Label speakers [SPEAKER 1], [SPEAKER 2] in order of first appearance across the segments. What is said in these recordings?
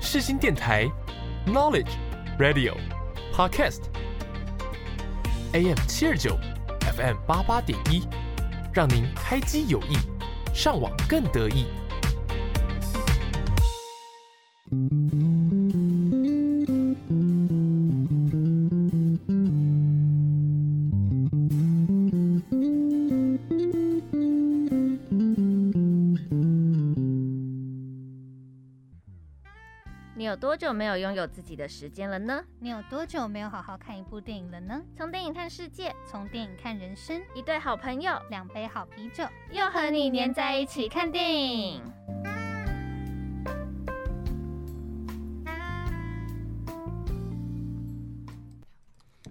[SPEAKER 1] 世新电台 Knowledge Radio Podcast AM 七二九 FM 八八点一，让您开机有益，上网更得意。
[SPEAKER 2] 你有多久没有拥有自己的时间了呢？
[SPEAKER 3] 你有多久没有好好看一部电影了呢？
[SPEAKER 2] 从电影看世界，
[SPEAKER 3] 从电影看人生，
[SPEAKER 2] 一对好朋友
[SPEAKER 3] 两杯好啤 酒，
[SPEAKER 2] 又和你黏在一起看电影。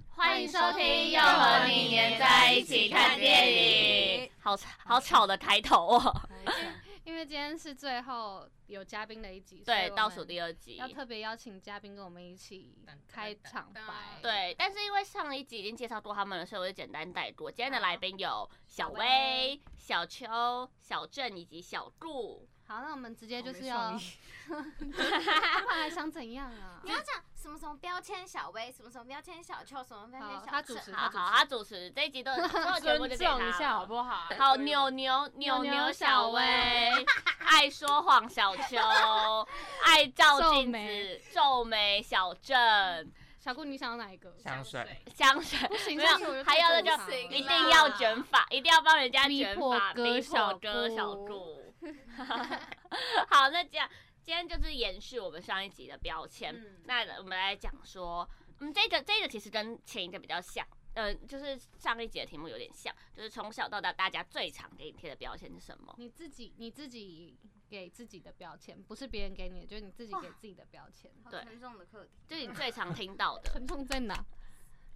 [SPEAKER 4] 欢迎收听《又和你黏在一起看电影》好，好好吵的开头哦。
[SPEAKER 5] 因为今天是最后有嘉宾的一集，所以
[SPEAKER 4] 对，
[SPEAKER 5] 我
[SPEAKER 4] 倒
[SPEAKER 5] 们
[SPEAKER 4] 数第二集
[SPEAKER 5] 要。特别邀请嘉宾跟我们一起开场白。，
[SPEAKER 4] 对，但是因为上一集已经介绍过他们了，所以我就简单带过。今天的来宾有小薇、小秋、小郑以及小顾。
[SPEAKER 5] 好，那我们直接就是要， 他本来想怎样啊
[SPEAKER 6] 你？要讲什么什么标签小薇，什么什么标签小秋，什么标签
[SPEAKER 5] 好，
[SPEAKER 6] 小
[SPEAKER 5] 他主
[SPEAKER 6] 郑
[SPEAKER 5] 持，
[SPEAKER 4] 好
[SPEAKER 5] 他主
[SPEAKER 4] 好，
[SPEAKER 5] 持。
[SPEAKER 4] 他主持这一集都所有全部就给
[SPEAKER 7] 尊
[SPEAKER 4] 他
[SPEAKER 7] 重一下好
[SPEAKER 4] 了。
[SPEAKER 7] 不好？
[SPEAKER 4] 好，扭扭扭扭小薇，爱说谎小秋，爱照镜子皱眉小郑，
[SPEAKER 5] 小顾，你想要哪一个？
[SPEAKER 8] 香水，
[SPEAKER 4] 香水
[SPEAKER 5] 不行，
[SPEAKER 4] 没有
[SPEAKER 5] 这题我就
[SPEAKER 4] 还有那
[SPEAKER 5] 太
[SPEAKER 4] 叫
[SPEAKER 5] 正常了
[SPEAKER 6] 不行
[SPEAKER 4] 一定要卷发，一定要帮人家
[SPEAKER 7] 逼
[SPEAKER 4] 卷
[SPEAKER 7] 迫
[SPEAKER 4] 发，
[SPEAKER 7] 哥
[SPEAKER 4] 逼迫
[SPEAKER 7] 小
[SPEAKER 4] 哥
[SPEAKER 7] 顾
[SPEAKER 4] 小顾。好，那这样今天就是延续我们上一集的标签。
[SPEAKER 5] 嗯
[SPEAKER 4] 那我们来讲说，嗯，这个这个其实跟前一个比较像，呃，就是上一集的题目有点像，就是从小到大大家最常给你贴的标签是什么？
[SPEAKER 5] 你自己，你自己给自己的标签，不是别人给你的，就是你自己给自己的标签。
[SPEAKER 6] 好
[SPEAKER 4] 对
[SPEAKER 6] 沉重的课题，
[SPEAKER 4] 就你最常听到的。
[SPEAKER 5] 沉重在哪？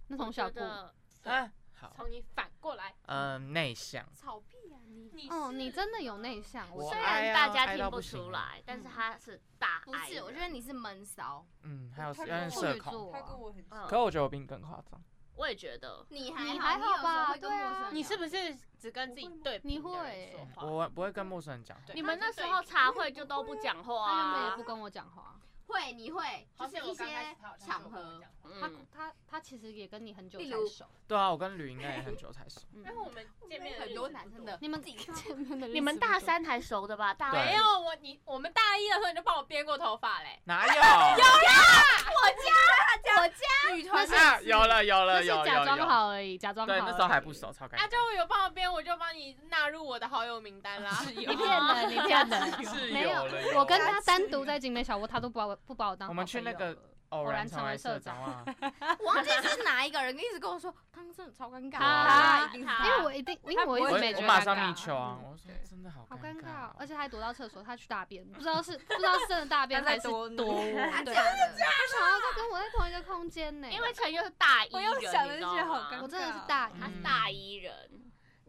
[SPEAKER 5] 那 从小
[SPEAKER 4] 我觉
[SPEAKER 5] 顾，
[SPEAKER 4] 得
[SPEAKER 8] 啊，好，
[SPEAKER 7] 从你反过来，
[SPEAKER 8] 嗯，内向，
[SPEAKER 6] 草屁啊你！
[SPEAKER 7] 你
[SPEAKER 5] 哦，你真的有内向，
[SPEAKER 8] 我
[SPEAKER 5] 我
[SPEAKER 4] 虽
[SPEAKER 5] 觉得
[SPEAKER 8] 爱
[SPEAKER 4] 然
[SPEAKER 8] 啊
[SPEAKER 4] 大家
[SPEAKER 8] 爱
[SPEAKER 4] 听
[SPEAKER 8] 到
[SPEAKER 4] 不
[SPEAKER 8] 不行
[SPEAKER 4] 出来，但是他是大
[SPEAKER 6] 不
[SPEAKER 4] 爱人。
[SPEAKER 6] 是，我觉得你是闷骚，
[SPEAKER 8] 嗯，还有
[SPEAKER 7] 他
[SPEAKER 8] 有
[SPEAKER 7] 跟
[SPEAKER 8] 点
[SPEAKER 7] 我
[SPEAKER 8] 社
[SPEAKER 5] 处女
[SPEAKER 8] 恐
[SPEAKER 5] 座。他啊跟
[SPEAKER 7] 我很
[SPEAKER 4] 嗯
[SPEAKER 8] 可我觉得我比你更夸张，
[SPEAKER 4] 我也觉得，
[SPEAKER 6] 你
[SPEAKER 5] 你
[SPEAKER 6] 还
[SPEAKER 5] 还好吧
[SPEAKER 6] 你有时候会跟
[SPEAKER 5] 对啊
[SPEAKER 6] 陌生人
[SPEAKER 7] 你是
[SPEAKER 6] 聊
[SPEAKER 7] 不是只跟自己对
[SPEAKER 5] 你
[SPEAKER 7] 频的
[SPEAKER 5] 会
[SPEAKER 7] 人
[SPEAKER 5] 欸
[SPEAKER 7] 说话？
[SPEAKER 8] 嗯我不会跟陌生人讲话。
[SPEAKER 7] 对
[SPEAKER 4] 你们那时候茶会就都不讲话
[SPEAKER 5] 他原本也
[SPEAKER 4] 啊
[SPEAKER 5] 不。跟我讲话，
[SPEAKER 6] 会，你会，
[SPEAKER 7] 好
[SPEAKER 6] 就是
[SPEAKER 7] 像我
[SPEAKER 6] 一
[SPEAKER 7] 刚开始
[SPEAKER 6] 些
[SPEAKER 7] 他好像
[SPEAKER 6] 场
[SPEAKER 7] 有跟我
[SPEAKER 6] 合
[SPEAKER 7] 讲，话，
[SPEAKER 5] 他
[SPEAKER 4] 嗯，
[SPEAKER 5] 他他其实也跟你很久
[SPEAKER 6] 例
[SPEAKER 5] 才
[SPEAKER 6] 如
[SPEAKER 5] 熟。
[SPEAKER 8] 对啊，我跟吕应该也很久才熟。
[SPEAKER 5] 嗯
[SPEAKER 7] 因为我们见面的
[SPEAKER 6] 很
[SPEAKER 7] 日子
[SPEAKER 6] 多
[SPEAKER 7] 不
[SPEAKER 6] 男生
[SPEAKER 7] 多
[SPEAKER 6] 的，
[SPEAKER 5] 你们
[SPEAKER 6] 自己
[SPEAKER 5] 见面的日子
[SPEAKER 4] 你们
[SPEAKER 5] 不
[SPEAKER 4] 大
[SPEAKER 5] 多
[SPEAKER 4] 三才熟的吧？大
[SPEAKER 8] 对
[SPEAKER 7] 没有我你我们大一的时候你就帮我编过头发嘞，
[SPEAKER 8] 哪有？有
[SPEAKER 6] 我家
[SPEAKER 5] 女团
[SPEAKER 8] 啊，有了有
[SPEAKER 5] 那
[SPEAKER 8] 了
[SPEAKER 5] 是
[SPEAKER 8] 有有
[SPEAKER 5] 假装
[SPEAKER 8] 有。
[SPEAKER 5] 好而已，假装好。
[SPEAKER 8] 对，那时候还不。熟，超开
[SPEAKER 7] 啊
[SPEAKER 8] 心。
[SPEAKER 7] 就有帮我编，我就帮你纳入我的好友名单啦。
[SPEAKER 6] 啊
[SPEAKER 5] 你骗人，你 骗
[SPEAKER 8] 是
[SPEAKER 5] 人，没
[SPEAKER 8] 有
[SPEAKER 5] 有。
[SPEAKER 8] 了，
[SPEAKER 5] 我跟他单独在景美小屋，他都不把我不把我当
[SPEAKER 8] 我们
[SPEAKER 5] 好
[SPEAKER 8] 去
[SPEAKER 5] 朋友
[SPEAKER 8] 那个
[SPEAKER 5] 了
[SPEAKER 8] 偶然
[SPEAKER 5] 然
[SPEAKER 8] 成
[SPEAKER 5] 成
[SPEAKER 8] 为
[SPEAKER 5] 为
[SPEAKER 8] 社
[SPEAKER 5] 社
[SPEAKER 8] 长
[SPEAKER 5] 长
[SPEAKER 8] 啊，
[SPEAKER 6] 我忘记是哪一个人一直跟我说，汤真的超尴尬，
[SPEAKER 5] 他
[SPEAKER 6] 一定是
[SPEAKER 4] 他
[SPEAKER 5] 因为我一定，因为我一
[SPEAKER 8] 我
[SPEAKER 5] 直没觉
[SPEAKER 8] 我
[SPEAKER 5] 得
[SPEAKER 8] 马
[SPEAKER 5] 尴
[SPEAKER 8] 上
[SPEAKER 5] 尬
[SPEAKER 8] 密球啊，我说
[SPEAKER 7] 对
[SPEAKER 8] 真的好
[SPEAKER 5] 好
[SPEAKER 8] 尴
[SPEAKER 5] 尴
[SPEAKER 8] 尬
[SPEAKER 5] 尬
[SPEAKER 8] 哦，，
[SPEAKER 5] 而且他还躲到厕所，他去大便，不知道是不知道是真的大便还是躲我， 对，不
[SPEAKER 6] 他
[SPEAKER 5] 想
[SPEAKER 6] 这样子，
[SPEAKER 5] 要再跟我在同一个空间呢，
[SPEAKER 4] 因为陈又是大一人，
[SPEAKER 7] 我又想了
[SPEAKER 4] 你
[SPEAKER 7] 就
[SPEAKER 4] 知道
[SPEAKER 7] 觉得好
[SPEAKER 4] 吗
[SPEAKER 7] 尴尬
[SPEAKER 5] 我真的是大一
[SPEAKER 4] 他是
[SPEAKER 8] 嗯
[SPEAKER 4] 大一人，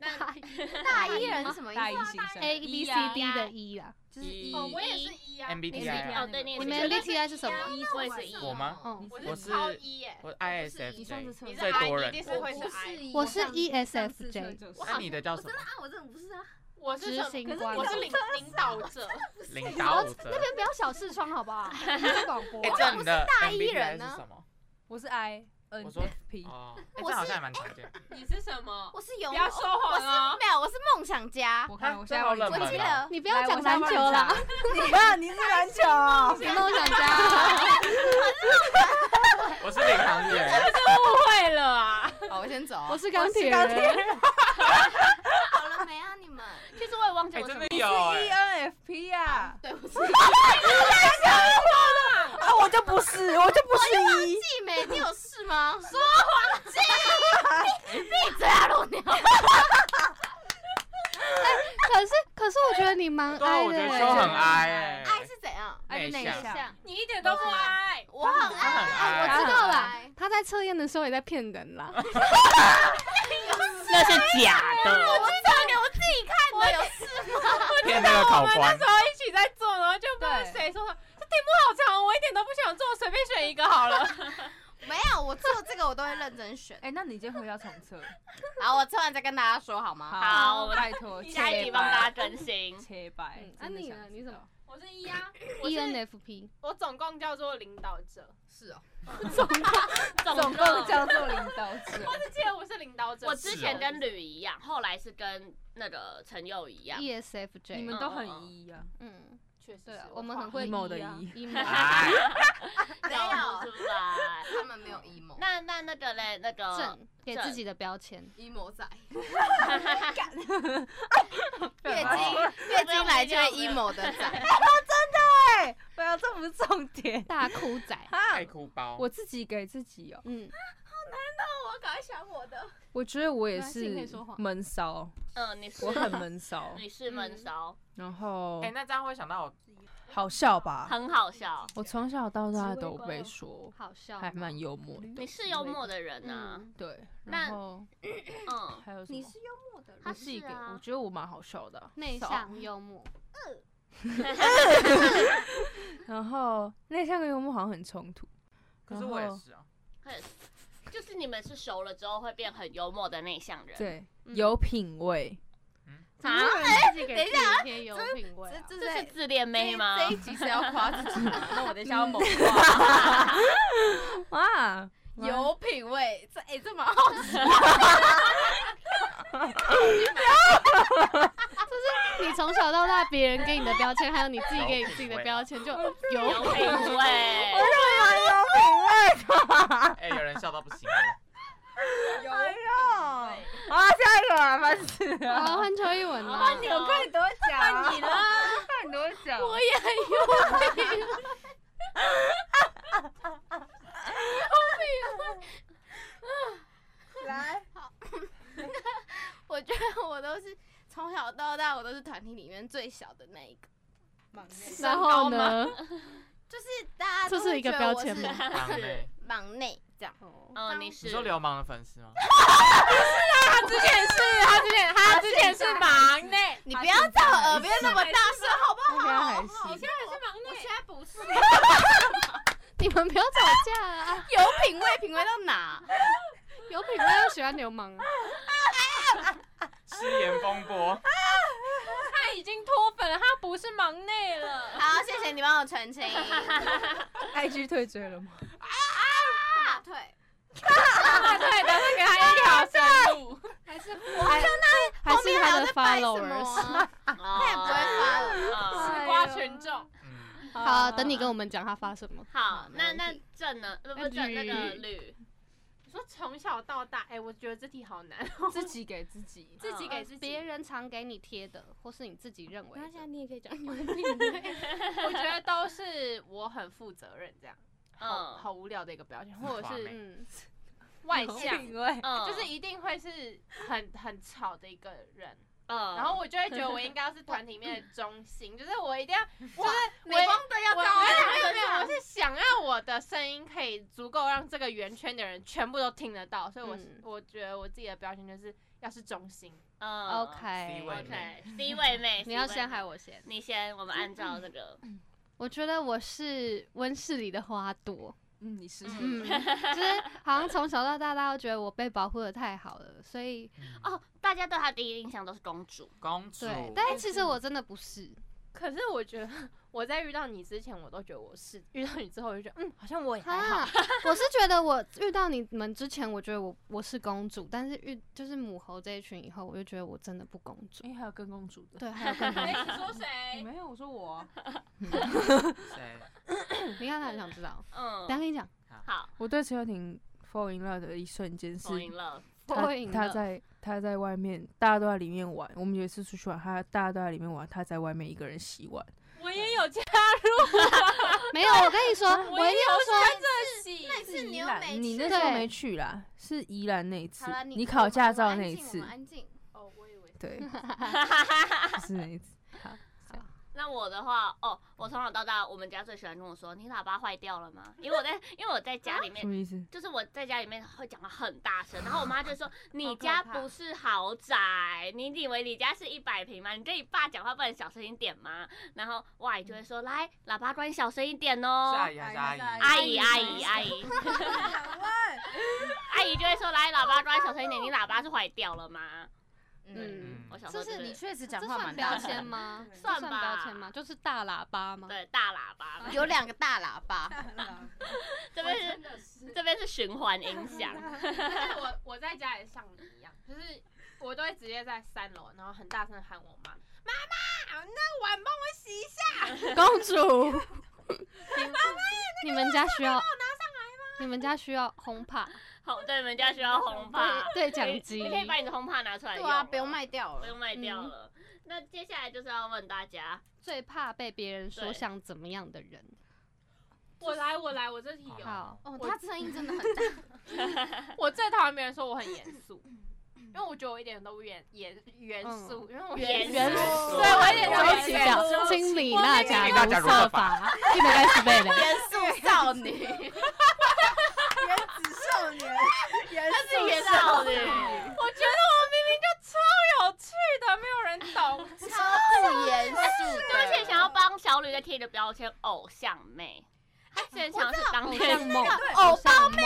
[SPEAKER 5] 大 一
[SPEAKER 6] 大一人是什么意思？
[SPEAKER 7] 新
[SPEAKER 5] A B C
[SPEAKER 8] 啊
[SPEAKER 5] D 的一啊啦，就是一。
[SPEAKER 7] 哦，我也是一啊
[SPEAKER 8] MBTI
[SPEAKER 4] 哦，对，你也
[SPEAKER 5] 你
[SPEAKER 4] 是
[SPEAKER 5] 们 MBTI 是什么？
[SPEAKER 4] 一会是一，
[SPEAKER 8] 我吗
[SPEAKER 5] 嗯，
[SPEAKER 7] 我
[SPEAKER 8] 我
[SPEAKER 7] 是
[SPEAKER 8] 是
[SPEAKER 7] 超一耶，
[SPEAKER 8] 我
[SPEAKER 6] 你上次测
[SPEAKER 8] ISFJ
[SPEAKER 6] 试
[SPEAKER 7] 你是
[SPEAKER 8] 最多
[SPEAKER 7] I，你
[SPEAKER 8] 人
[SPEAKER 7] 一定是
[SPEAKER 6] 哦我
[SPEAKER 7] 会
[SPEAKER 6] 不
[SPEAKER 7] 是 I，
[SPEAKER 6] 是一，
[SPEAKER 5] 我是 E
[SPEAKER 6] 上
[SPEAKER 5] ESFJ，
[SPEAKER 8] 那你的叫什么？
[SPEAKER 6] 啊，我真的不是啊，
[SPEAKER 7] 我是什
[SPEAKER 5] 执
[SPEAKER 7] 么？
[SPEAKER 5] 行
[SPEAKER 7] 可是
[SPEAKER 5] 官
[SPEAKER 7] 我是领领导者，
[SPEAKER 8] 领
[SPEAKER 5] 那
[SPEAKER 8] 导者。
[SPEAKER 5] 边不要小视窗好不好？我是广播
[SPEAKER 8] 哎，这你的
[SPEAKER 6] 大一
[SPEAKER 8] MBTI
[SPEAKER 6] 人
[SPEAKER 8] 是
[SPEAKER 6] 呢
[SPEAKER 8] 什么？
[SPEAKER 9] 我是 I
[SPEAKER 8] 我
[SPEAKER 9] N
[SPEAKER 8] 说
[SPEAKER 9] F P，
[SPEAKER 8] 哦，哎
[SPEAKER 6] 我
[SPEAKER 8] 这好
[SPEAKER 6] 是
[SPEAKER 8] 像还蛮常见。
[SPEAKER 7] 你是什么？
[SPEAKER 6] 哦我是有
[SPEAKER 7] 不要说谎哦！
[SPEAKER 6] 没有，我是梦想家。
[SPEAKER 9] 我
[SPEAKER 8] 啊
[SPEAKER 9] 看我
[SPEAKER 8] 这
[SPEAKER 9] 现在
[SPEAKER 8] 好
[SPEAKER 9] 帮你
[SPEAKER 8] 冷
[SPEAKER 6] 我
[SPEAKER 8] 门
[SPEAKER 6] 记
[SPEAKER 8] 哦
[SPEAKER 6] 得
[SPEAKER 5] 你不要讲篮球啦，
[SPEAKER 9] 你看你是篮球啊，
[SPEAKER 5] 你梦想家。
[SPEAKER 8] 我是领航员，
[SPEAKER 7] 误会了啊！
[SPEAKER 6] 好，我先走啊。
[SPEAKER 5] 我是钢铁
[SPEAKER 9] 我是钢铁
[SPEAKER 5] 人，
[SPEAKER 6] 好了没啊？你们？
[SPEAKER 4] 其实我也忘记
[SPEAKER 8] 哎，
[SPEAKER 4] 我什
[SPEAKER 8] 真
[SPEAKER 4] 么
[SPEAKER 8] 的。有哎
[SPEAKER 9] E。N F P 啊，
[SPEAKER 6] 对不起，
[SPEAKER 9] 啊我就不是，我就不是一，
[SPEAKER 6] 季美，你有事吗？说谎，季，闭嘴啊，老娘！
[SPEAKER 5] 可是可是我觉得你蛮
[SPEAKER 8] 对啊，
[SPEAKER 5] 爱
[SPEAKER 8] 我觉
[SPEAKER 5] 的欸
[SPEAKER 8] 得
[SPEAKER 5] 耶，
[SPEAKER 8] 秋很矮哎，
[SPEAKER 6] 爱是怎样？
[SPEAKER 5] 爱
[SPEAKER 8] 内
[SPEAKER 5] 内
[SPEAKER 8] 向
[SPEAKER 5] 向。
[SPEAKER 7] 你一点都不
[SPEAKER 6] 啊
[SPEAKER 7] 爱，
[SPEAKER 6] 我很
[SPEAKER 8] 他很哎
[SPEAKER 6] 爱，
[SPEAKER 8] 矮
[SPEAKER 6] 我知道了。
[SPEAKER 5] 他在测验的时候也在骗人啦，
[SPEAKER 4] 那是假的，
[SPEAKER 6] 我知道你，我自己看的，有事吗？
[SPEAKER 8] 骗那个考官
[SPEAKER 7] 那时。候一起在做，然后就不知道谁说这题目好长，我一点都不想做，随便选一个好了。
[SPEAKER 6] 没有，我做这个我都会认真选。
[SPEAKER 9] 哎，那你先回家重测。
[SPEAKER 6] 好，我测完再跟大家说好吗？
[SPEAKER 4] 好我们
[SPEAKER 9] 拜托，
[SPEAKER 4] 下一集
[SPEAKER 9] 切
[SPEAKER 4] 帮大家
[SPEAKER 9] 白
[SPEAKER 4] 更新。
[SPEAKER 9] 切白
[SPEAKER 5] 嗯。
[SPEAKER 9] 真的
[SPEAKER 5] 啊你
[SPEAKER 9] 想
[SPEAKER 5] 呢
[SPEAKER 9] 知
[SPEAKER 5] 你怎
[SPEAKER 9] 道
[SPEAKER 5] 么 E
[SPEAKER 7] 我是一啊，我是
[SPEAKER 5] ENFP，
[SPEAKER 7] 我总共叫做领导者，
[SPEAKER 10] 是哦，
[SPEAKER 4] 总
[SPEAKER 9] 总共叫做领导哦 者？
[SPEAKER 7] 我只记得我是领导者。
[SPEAKER 4] 我之前跟吕一样，后来是跟那个陈佑一
[SPEAKER 5] E
[SPEAKER 4] 样。
[SPEAKER 5] ESFJ，
[SPEAKER 9] 你们
[SPEAKER 4] 嗯
[SPEAKER 9] 都
[SPEAKER 4] 嗯
[SPEAKER 9] 很
[SPEAKER 4] 嗯
[SPEAKER 9] 一 啊，
[SPEAKER 5] 嗯，
[SPEAKER 7] 确实是
[SPEAKER 5] 对啊，我们很会
[SPEAKER 9] emo 的
[SPEAKER 5] E 啊 emo
[SPEAKER 8] 哎，
[SPEAKER 6] 没
[SPEAKER 4] 讲
[SPEAKER 6] 有，
[SPEAKER 4] 不出来。
[SPEAKER 6] 他们没有 emo。
[SPEAKER 4] 那那那个嘞，那
[SPEAKER 8] 啊
[SPEAKER 4] 个
[SPEAKER 5] 正给
[SPEAKER 4] 正
[SPEAKER 5] 自己的标签，
[SPEAKER 6] emo 仔，
[SPEAKER 9] 干
[SPEAKER 6] 月
[SPEAKER 9] 嘛
[SPEAKER 6] 经月经来就会 emo 的仔，
[SPEAKER 9] 哎不要，这不是重点。
[SPEAKER 5] 大哭仔，
[SPEAKER 9] 哈
[SPEAKER 8] 爱，哭包，
[SPEAKER 9] 我自己给自己哦，
[SPEAKER 5] 嗯，
[SPEAKER 6] 我赶快想我的。
[SPEAKER 9] 我觉得我也
[SPEAKER 5] 没关系
[SPEAKER 9] 是
[SPEAKER 5] 可以说谎
[SPEAKER 9] 闷骚，
[SPEAKER 4] 嗯，你是
[SPEAKER 9] 我很闷哦骚，
[SPEAKER 4] 你是闷骚，
[SPEAKER 9] 然后
[SPEAKER 8] 哎，那这样会想到我
[SPEAKER 9] 好笑吧？
[SPEAKER 4] 很好笑。
[SPEAKER 9] 我从小到大都被说
[SPEAKER 5] 好笑，
[SPEAKER 9] 还蛮幽默的，
[SPEAKER 4] 你是幽默的人啊呐，
[SPEAKER 5] 嗯，
[SPEAKER 9] 对。
[SPEAKER 4] 那
[SPEAKER 9] 然后
[SPEAKER 4] 嗯，
[SPEAKER 9] 还有什么？
[SPEAKER 6] 幽默的
[SPEAKER 9] 我
[SPEAKER 4] 他
[SPEAKER 9] 自己
[SPEAKER 4] 是
[SPEAKER 9] 给，
[SPEAKER 4] 啊
[SPEAKER 9] 我觉得我蛮好笑的啊，
[SPEAKER 5] 内
[SPEAKER 9] 骚
[SPEAKER 5] 向幽默，
[SPEAKER 4] 嗯
[SPEAKER 9] 然后内向跟幽默好像很冲突。
[SPEAKER 8] 可是我也
[SPEAKER 9] 然后
[SPEAKER 8] 是啊，
[SPEAKER 4] 就是你们是熟了之后会变很幽默的内向人。
[SPEAKER 9] 对，
[SPEAKER 5] 嗯
[SPEAKER 9] 有品味。
[SPEAKER 5] 怎么会有人自己给自己贴有品味啊？
[SPEAKER 6] 这
[SPEAKER 4] 这
[SPEAKER 6] 这
[SPEAKER 4] 是
[SPEAKER 6] 是
[SPEAKER 4] 自恋妹吗？
[SPEAKER 6] 这一集嗯是要夸自 己吗？那我等一下要猛
[SPEAKER 9] 哇，
[SPEAKER 6] 有品味，这哎这蛮好
[SPEAKER 5] 你从小到大，别人给你的标签，还有你自己给你自己的标签，就有
[SPEAKER 4] 有品味，
[SPEAKER 9] 啊
[SPEAKER 8] 哎，有人笑到不行了，
[SPEAKER 6] 有
[SPEAKER 9] 哎呦，啊，下一个啊烦死
[SPEAKER 5] 啊，
[SPEAKER 9] 了！
[SPEAKER 5] 换邱一文
[SPEAKER 4] 好
[SPEAKER 5] 了
[SPEAKER 4] 换，你我看
[SPEAKER 9] 你多讲，换
[SPEAKER 6] 你了。
[SPEAKER 9] 你多讲。
[SPEAKER 5] 我也很有品味。
[SPEAKER 9] 来，
[SPEAKER 6] 我觉得我都是从小到大，我都是团体里面最小的那一个，
[SPEAKER 5] 然后呢？
[SPEAKER 6] 就是大家
[SPEAKER 5] 这
[SPEAKER 6] 都
[SPEAKER 5] 是
[SPEAKER 6] 会
[SPEAKER 5] 一个
[SPEAKER 6] 觉得我
[SPEAKER 5] 标签
[SPEAKER 6] 是
[SPEAKER 5] 吗
[SPEAKER 8] 忙妹，
[SPEAKER 6] 忙内这样。
[SPEAKER 4] 嗯，你是
[SPEAKER 8] 你说流氓的粉丝 吗？
[SPEAKER 7] 他之前是，他之前他之前是忙内，
[SPEAKER 6] 你不要在我耳边那么大声，好不
[SPEAKER 9] 那边还
[SPEAKER 6] 好？
[SPEAKER 9] 是
[SPEAKER 6] 现在是忙内，我现在不是
[SPEAKER 5] 你们不要吵架啊！
[SPEAKER 6] 有品味，品味到哪？
[SPEAKER 5] 有品味又喜欢流氓啊，
[SPEAKER 8] 失言风波，
[SPEAKER 7] 他已经脱粉了，他不是忙内了。
[SPEAKER 6] 好，谢谢你帮我澄清。
[SPEAKER 9] IG 退追了吗？
[SPEAKER 6] 大腿，
[SPEAKER 7] 啊，对，等会给他一条生路。
[SPEAKER 5] 还是
[SPEAKER 6] 还有那
[SPEAKER 5] 还
[SPEAKER 6] 后
[SPEAKER 5] 是
[SPEAKER 6] 面还
[SPEAKER 5] 他
[SPEAKER 6] 有
[SPEAKER 5] 的
[SPEAKER 6] 在拜什么
[SPEAKER 5] followers？
[SPEAKER 6] 啊？
[SPEAKER 4] 他
[SPEAKER 6] 他也不会发了。
[SPEAKER 4] 发
[SPEAKER 7] 吃瓜群 众，
[SPEAKER 8] 嗯，
[SPEAKER 5] 好，等你跟我们讲他发什么。
[SPEAKER 4] 好，那
[SPEAKER 6] 没问
[SPEAKER 4] 那正呢？不不
[SPEAKER 5] 那
[SPEAKER 4] 正那个
[SPEAKER 5] 吕
[SPEAKER 4] 吕，
[SPEAKER 7] 你说从小到大，哎，我觉得这题好难 哦。
[SPEAKER 9] 自己给自己。
[SPEAKER 7] 自
[SPEAKER 4] 嗯
[SPEAKER 7] 己给自己
[SPEAKER 5] 别人常给你贴的，或是你自己认为的。
[SPEAKER 6] 你也可以讲。
[SPEAKER 7] 我觉得都是我很负责任这样，好
[SPEAKER 4] 嗯
[SPEAKER 7] 好无聊的一个表现，或者
[SPEAKER 8] 哇
[SPEAKER 7] 是
[SPEAKER 8] 美
[SPEAKER 5] 嗯，
[SPEAKER 7] 外
[SPEAKER 9] 有
[SPEAKER 7] 向，
[SPEAKER 9] 品味。
[SPEAKER 4] 嗯，
[SPEAKER 7] 哎就是一定会是很很吵的一个人。
[SPEAKER 4] 嗯，
[SPEAKER 7] 呃然后我就会觉得我应该要是团体里面的中 心，就是我一定要，就是我
[SPEAKER 6] 镁光灯要
[SPEAKER 7] 我
[SPEAKER 6] 照
[SPEAKER 7] 没有
[SPEAKER 6] 啊，
[SPEAKER 7] 没有没有，我是想让我的声音可以足够让这个圆圈的人全部都听得到，所以我是、
[SPEAKER 5] 嗯
[SPEAKER 7] 我觉得我自己的标签就是要是中心，
[SPEAKER 4] 嗯
[SPEAKER 5] OK，
[SPEAKER 8] C 位
[SPEAKER 4] OK C 位妹，
[SPEAKER 5] 你要
[SPEAKER 4] C 位
[SPEAKER 5] 先
[SPEAKER 4] 妹
[SPEAKER 5] 还我先？
[SPEAKER 4] 你先，我们按照那个，
[SPEAKER 5] 我觉得我是温室里的花朵，
[SPEAKER 9] 嗯，你是
[SPEAKER 5] 嗯，就是好像从小到大，大家都觉得我被保护的太好了，所以
[SPEAKER 4] 哦，大家对她第一印象都是公主，
[SPEAKER 8] 嗯公主，
[SPEAKER 5] 对，但是其实我真的不是，
[SPEAKER 7] 可是我觉得我在遇到你之前，我都觉得我是；遇到你之后，我就觉得嗯，好像我也还好。
[SPEAKER 5] 啊，我是觉得我遇到你们之前，我觉得我我是公主，但是遇就是母猴这一群以后，我就觉得我真的不公主。
[SPEAKER 9] 哎，还有跟公主的。
[SPEAKER 5] 对，还有更多。
[SPEAKER 7] 你说谁？
[SPEAKER 9] 没有，我说我啊，
[SPEAKER 8] 谁？
[SPEAKER 5] 你看他很想知道，
[SPEAKER 4] 嗯
[SPEAKER 5] 等一，下跟你讲，
[SPEAKER 4] 好，
[SPEAKER 9] 我对陈友婷 fall in love 的一瞬间是
[SPEAKER 4] 我赢了，
[SPEAKER 5] 我
[SPEAKER 9] 他
[SPEAKER 5] 赢
[SPEAKER 9] 他
[SPEAKER 5] 了
[SPEAKER 9] 在他在外面，大家都在里面玩。我们有一次出去玩，他大家都在里面玩，他在外面一个人洗碗。
[SPEAKER 7] 我也有加
[SPEAKER 5] 没有，我跟你
[SPEAKER 9] 啊
[SPEAKER 5] 说，
[SPEAKER 7] 入，
[SPEAKER 5] 我一定要说，
[SPEAKER 7] 这戏。
[SPEAKER 6] 那次你
[SPEAKER 9] 宜
[SPEAKER 6] 又
[SPEAKER 9] 兰，
[SPEAKER 6] 没
[SPEAKER 9] 啊你
[SPEAKER 6] 去。
[SPEAKER 9] 那时候
[SPEAKER 5] 对
[SPEAKER 9] 没去啦，是宜兰那一次
[SPEAKER 6] 好了，，
[SPEAKER 9] 你考驾照那一
[SPEAKER 6] 我
[SPEAKER 9] 次
[SPEAKER 6] 们，安静，我们安静
[SPEAKER 7] 哦，我以为
[SPEAKER 9] 对，就是那一次。好，
[SPEAKER 4] 那我的话，哦，我从小到大，我们家最喜欢跟我说：“你喇叭坏掉了吗？”因为我 在，因为我在家里面
[SPEAKER 9] 什么意 思？
[SPEAKER 4] 就是我在家里面会讲的很大声，然后我妈就说：“你家不是豪宅，你以为你家是一百平吗？你跟你爸讲话不能小声一点吗？”然后我阿姨就会说：“来，喇叭关小声一点哦。”
[SPEAKER 8] 是阿姨还是阿姨？
[SPEAKER 4] 阿姨，阿姨，阿姨， 阿姨就会说：“来，喇叭关小声一点，你喇叭是坏掉了吗
[SPEAKER 5] 嗯
[SPEAKER 10] 嗯，？”
[SPEAKER 4] 我小时
[SPEAKER 10] 就
[SPEAKER 4] 候
[SPEAKER 10] 是你
[SPEAKER 4] 是
[SPEAKER 10] 确实
[SPEAKER 5] 这
[SPEAKER 6] 啊
[SPEAKER 10] 讲话
[SPEAKER 5] 算
[SPEAKER 10] 蛮
[SPEAKER 5] 标
[SPEAKER 10] 大
[SPEAKER 5] 签
[SPEAKER 10] 声，
[SPEAKER 5] 吗？这
[SPEAKER 4] 算吧
[SPEAKER 5] 标签吗？就是大喇叭吗？
[SPEAKER 4] 对大喇叭，
[SPEAKER 6] 有两个大喇叭，
[SPEAKER 4] 这边是这边是循环音响，
[SPEAKER 7] 嗯 但是我我在家也像你一样，就是我都会直接在三楼，然后很大声喊我妈：“妈妈，那碗帮我洗一下。
[SPEAKER 5] 公 主，你们家需要你们家需要轰趴，
[SPEAKER 4] 好，对，你们家需要红帕，
[SPEAKER 5] 对对讲机
[SPEAKER 4] 你可以把你的红帕拿出来
[SPEAKER 6] 对
[SPEAKER 4] 用
[SPEAKER 6] 啊，
[SPEAKER 4] 了，
[SPEAKER 6] 不用卖掉
[SPEAKER 4] 不
[SPEAKER 6] 了。
[SPEAKER 4] 用卖掉了。那接下来就是要问大家，
[SPEAKER 5] 最怕被别人说
[SPEAKER 4] 对
[SPEAKER 5] 像怎么样的人。”
[SPEAKER 7] 我来，我来，我这题有。
[SPEAKER 5] 好，
[SPEAKER 6] 哦，
[SPEAKER 7] 我
[SPEAKER 6] 他声音真的很大，
[SPEAKER 7] 我最讨厌别人说我很严肃，因为我觉得我一点都不严严严
[SPEAKER 5] 嗯
[SPEAKER 7] 肃，因为我
[SPEAKER 4] 严
[SPEAKER 5] 严
[SPEAKER 4] 肃
[SPEAKER 7] 对我一点都
[SPEAKER 5] 周
[SPEAKER 7] 不
[SPEAKER 5] 期
[SPEAKER 7] 严肃。
[SPEAKER 5] 表，经理那
[SPEAKER 8] 经理那
[SPEAKER 5] 假
[SPEAKER 8] 假
[SPEAKER 5] 如
[SPEAKER 8] 如
[SPEAKER 5] 设
[SPEAKER 8] 设
[SPEAKER 5] 法，一百 开始背的。
[SPEAKER 6] 严肃少女，
[SPEAKER 10] 原子少年，原
[SPEAKER 4] 他是严少女，
[SPEAKER 7] 我觉得我明明就超有趣的，没有人懂。
[SPEAKER 6] 超不严肃的，
[SPEAKER 4] 而且想要帮小吕再贴一个标签，偶像妹。她之前想要去当
[SPEAKER 5] 哎偶
[SPEAKER 4] 练
[SPEAKER 5] 像梦，
[SPEAKER 6] 偶
[SPEAKER 5] 像梦，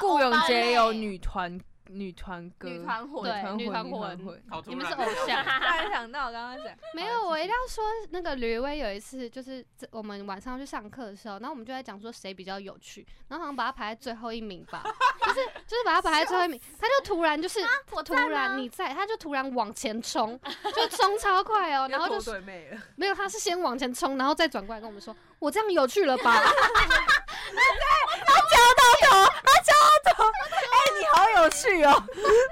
[SPEAKER 9] 顾永
[SPEAKER 6] 欧巴
[SPEAKER 9] 杰
[SPEAKER 6] 妹
[SPEAKER 9] 有女团女团歌，
[SPEAKER 6] 女团
[SPEAKER 9] 女
[SPEAKER 6] 魂
[SPEAKER 5] 对
[SPEAKER 9] 团
[SPEAKER 5] 女团
[SPEAKER 9] 女团
[SPEAKER 5] 魂
[SPEAKER 9] 魂。
[SPEAKER 8] 好突
[SPEAKER 5] 你们
[SPEAKER 8] 然
[SPEAKER 5] 是偶像。
[SPEAKER 9] 突然想到我刚刚讲，
[SPEAKER 5] 没有，我一定要说那个吕薇有一次，就是这我们晚上去上课的时候，然后我们就在讲说谁比较有趣，然后好像把他排在最后一名 吧，就是就是把他排在最后一 名，他就突然就是突然你在，他就突然往前冲，就冲超快哦，然后就
[SPEAKER 10] 对妹 了，
[SPEAKER 5] 没有，他是先往前冲，然后再转过来跟我们说，我这样有趣了吧？
[SPEAKER 9] 哎
[SPEAKER 10] 你好有趣 哦，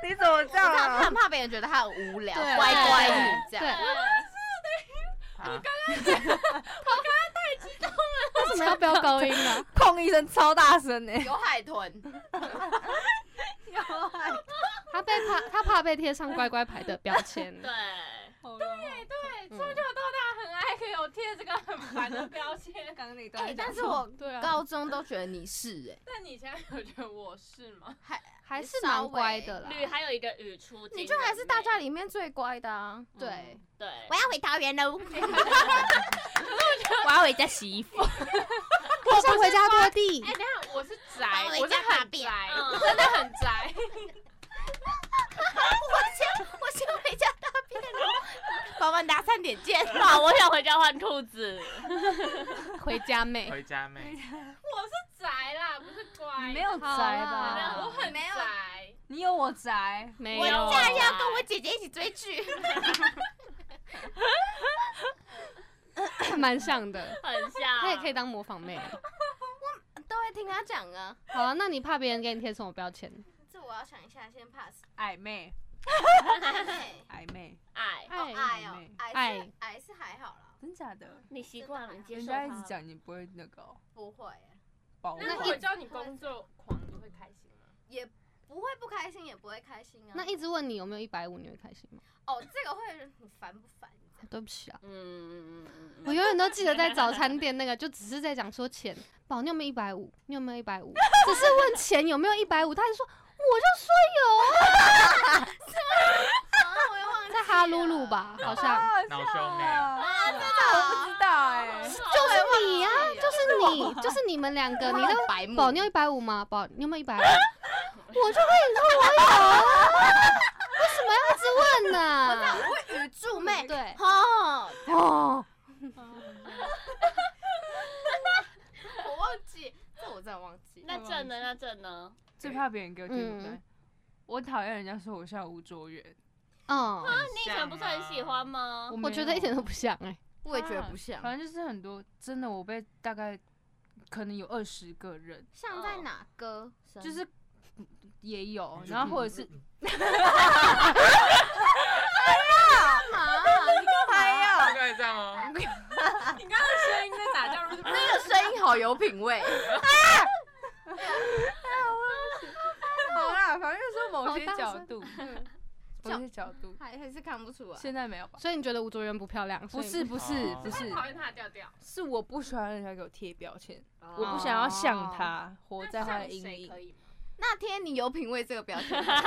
[SPEAKER 10] 你怎么这样
[SPEAKER 6] 他
[SPEAKER 10] 啊？
[SPEAKER 6] 很怕别人觉得他很无聊，
[SPEAKER 5] 对啊
[SPEAKER 6] 乖乖女这
[SPEAKER 5] 对
[SPEAKER 6] 样。，
[SPEAKER 8] 我
[SPEAKER 5] 为什么要飙高音 啊？
[SPEAKER 9] 空一声超大声呢，
[SPEAKER 6] 有海豚，
[SPEAKER 5] 他被怕，他怕被贴上乖乖牌的标签。
[SPEAKER 4] 对，
[SPEAKER 7] 对对，
[SPEAKER 5] 嗯
[SPEAKER 7] 从小到大很爱给我贴这个很烦的标签。
[SPEAKER 9] 刚刚那
[SPEAKER 6] 哎，但是我
[SPEAKER 5] 对啊，
[SPEAKER 6] 高中都觉得你是哎，
[SPEAKER 7] 那你现在有觉得我是吗？
[SPEAKER 5] 还是蛮乖的啦。
[SPEAKER 4] 吕还有一个语出惊人，
[SPEAKER 6] 你就还是大家里面最乖的啊。
[SPEAKER 5] 嗯对，
[SPEAKER 4] 对，
[SPEAKER 6] 我要回桃园喽，
[SPEAKER 10] 我要回家洗衣服。
[SPEAKER 5] 我想回家拖地
[SPEAKER 7] 哎、。等一下我是
[SPEAKER 6] 帮
[SPEAKER 7] 宅
[SPEAKER 6] 我，一
[SPEAKER 7] 我是
[SPEAKER 6] 家大
[SPEAKER 7] 很
[SPEAKER 6] 便
[SPEAKER 7] 宅，
[SPEAKER 4] 嗯
[SPEAKER 7] 我真的很宅。
[SPEAKER 6] 我先回家大便喽，爸爸打三点见。
[SPEAKER 4] 哇，我想回家换裤子。
[SPEAKER 5] 回家妹，
[SPEAKER 8] 回家妹，
[SPEAKER 7] 我是 宅啦，不是乖。
[SPEAKER 10] 没有
[SPEAKER 6] 哎
[SPEAKER 10] 宅
[SPEAKER 5] 好
[SPEAKER 7] 没有，我
[SPEAKER 10] 吧？
[SPEAKER 7] 很
[SPEAKER 6] 没有
[SPEAKER 7] 宅。
[SPEAKER 10] 你有我宅，
[SPEAKER 5] 没
[SPEAKER 6] 我
[SPEAKER 5] 有啊。
[SPEAKER 6] 假日要跟我姐姐一起追剧，
[SPEAKER 5] 啊蛮像的，
[SPEAKER 4] 很像，
[SPEAKER 5] 她也可以当模仿妹。啊
[SPEAKER 6] 都会听他讲啊。
[SPEAKER 5] 好啊，那你怕别人给你贴什么标签？
[SPEAKER 6] 这我要想一下，先 pass。
[SPEAKER 10] 矮妹，
[SPEAKER 6] 哎
[SPEAKER 10] 矮妹，
[SPEAKER 4] 爱。
[SPEAKER 5] 爱
[SPEAKER 6] 爱哦，矮是
[SPEAKER 5] 爱
[SPEAKER 6] 矮是还好啦，
[SPEAKER 9] 真假的？
[SPEAKER 4] 你习惯了，你接
[SPEAKER 9] 人
[SPEAKER 4] 受
[SPEAKER 9] 家
[SPEAKER 4] 它
[SPEAKER 9] 一直
[SPEAKER 4] 了。
[SPEAKER 9] 讲你不会那个哦
[SPEAKER 6] 不会欸，
[SPEAKER 9] 包
[SPEAKER 7] 那如
[SPEAKER 9] 容
[SPEAKER 7] 果叫你工作狂，你会开心吗？
[SPEAKER 6] 不会不开心，也不会开心啊。
[SPEAKER 5] 那一直问你有没有一百五，你会开心吗？
[SPEAKER 6] 哦，这个会很烦不烦？
[SPEAKER 5] 对不起啊，
[SPEAKER 4] 嗯嗯嗯嗯
[SPEAKER 5] 我永远都记得在早餐店那个，就只是在讲说钱，宝，你有没有一百五？你有没有一百五？ 只是问钱有没有一百五，他就说我
[SPEAKER 6] 啊，我又
[SPEAKER 5] 就
[SPEAKER 6] 忘记
[SPEAKER 5] 说在哈鲁鲁吧，好像
[SPEAKER 8] 恼羞妹，
[SPEAKER 10] 啊，
[SPEAKER 6] 啊，真的
[SPEAKER 10] 我不知道
[SPEAKER 9] 欸
[SPEAKER 10] 哎，
[SPEAKER 5] 就是你啊，就是你， 就是你们两个，你都
[SPEAKER 6] 白目
[SPEAKER 5] 宝，你有一百五吗？宝，你有没有一百五？ 我就跟你说我有啊， 为什么要一直问呢、
[SPEAKER 6] 会语助妹，
[SPEAKER 5] 对，
[SPEAKER 6] 哦，
[SPEAKER 5] 哦，
[SPEAKER 6] 我忘记，这我真的忘记。
[SPEAKER 4] 那正呢？那正呢？
[SPEAKER 9] 最怕别人给我贴
[SPEAKER 5] 嗯
[SPEAKER 9] 不对。我讨厌人家说我像吴卓源，
[SPEAKER 5] 嗯，
[SPEAKER 4] 啊你以前不是很喜欢吗？
[SPEAKER 9] 没
[SPEAKER 5] 我觉得一点
[SPEAKER 9] 有
[SPEAKER 5] 都不像哎、
[SPEAKER 6] 我也觉
[SPEAKER 8] 啊
[SPEAKER 6] 得不像，
[SPEAKER 9] 反正就是很多，真的我被大概可能有二十个人，
[SPEAKER 6] 像在哪歌？
[SPEAKER 9] 就是也有，然后或者是
[SPEAKER 6] 干 嘛？你干嘛呀？
[SPEAKER 8] 不可以这样哦。
[SPEAKER 7] 你刚刚声音在打叫，
[SPEAKER 6] 那个声音好有品味，
[SPEAKER 9] 好啦，反正就是某些角度，我是角度。
[SPEAKER 6] 还还是看不出来。
[SPEAKER 9] 现在没有吧？
[SPEAKER 5] 所以你觉得吴卓源不漂亮？
[SPEAKER 9] 不
[SPEAKER 5] 所以
[SPEAKER 9] 是不是
[SPEAKER 8] 哦
[SPEAKER 9] 不是，
[SPEAKER 7] 讨厌他的调调。
[SPEAKER 9] 是我不喜欢人家给我贴标签，我
[SPEAKER 5] 哦
[SPEAKER 9] 不想要像他，活在他的阴影。
[SPEAKER 7] 影。
[SPEAKER 6] 那天你有品味这个标签吗，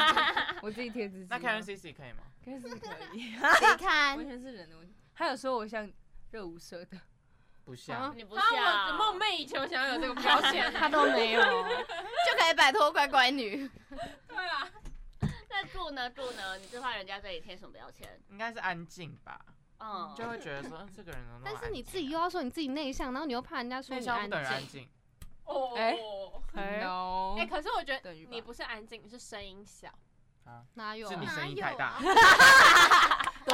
[SPEAKER 9] 我自己贴自己啊。
[SPEAKER 8] 那 Karen C C 可以吗？
[SPEAKER 9] 可是可 以，
[SPEAKER 6] 你看
[SPEAKER 9] 完全是人的问题。还有说我像热舞社的，
[SPEAKER 8] 不像，
[SPEAKER 4] 你不像。
[SPEAKER 7] 啊，我梦寐以求想要有这个 标签。
[SPEAKER 5] 他都没有。
[SPEAKER 6] 就可以摆脱乖乖女。
[SPEAKER 7] 对啊，
[SPEAKER 4] 那住呢？住呢？你就怕人家对你贴什么标签？
[SPEAKER 8] 应该是安静吧，
[SPEAKER 4] 嗯，
[SPEAKER 8] 就会觉得说嗯这个人怎么 那
[SPEAKER 5] 但
[SPEAKER 8] 么
[SPEAKER 5] 是你
[SPEAKER 8] 安静
[SPEAKER 5] 自己又要说你自己内向，然后你又怕人家说
[SPEAKER 8] 内
[SPEAKER 5] 你
[SPEAKER 8] 向
[SPEAKER 5] 安
[SPEAKER 8] 不等于安
[SPEAKER 5] 静。
[SPEAKER 8] 静，
[SPEAKER 7] 哦，
[SPEAKER 9] 哎
[SPEAKER 5] 哎
[SPEAKER 9] no，
[SPEAKER 7] 哎，可是我觉得
[SPEAKER 9] 等于吧
[SPEAKER 7] 你不是安静，你是声音小，
[SPEAKER 5] 哪有啊
[SPEAKER 8] 是？你声音
[SPEAKER 6] 哪有
[SPEAKER 8] 太大。
[SPEAKER 6] 啊
[SPEAKER 10] 对，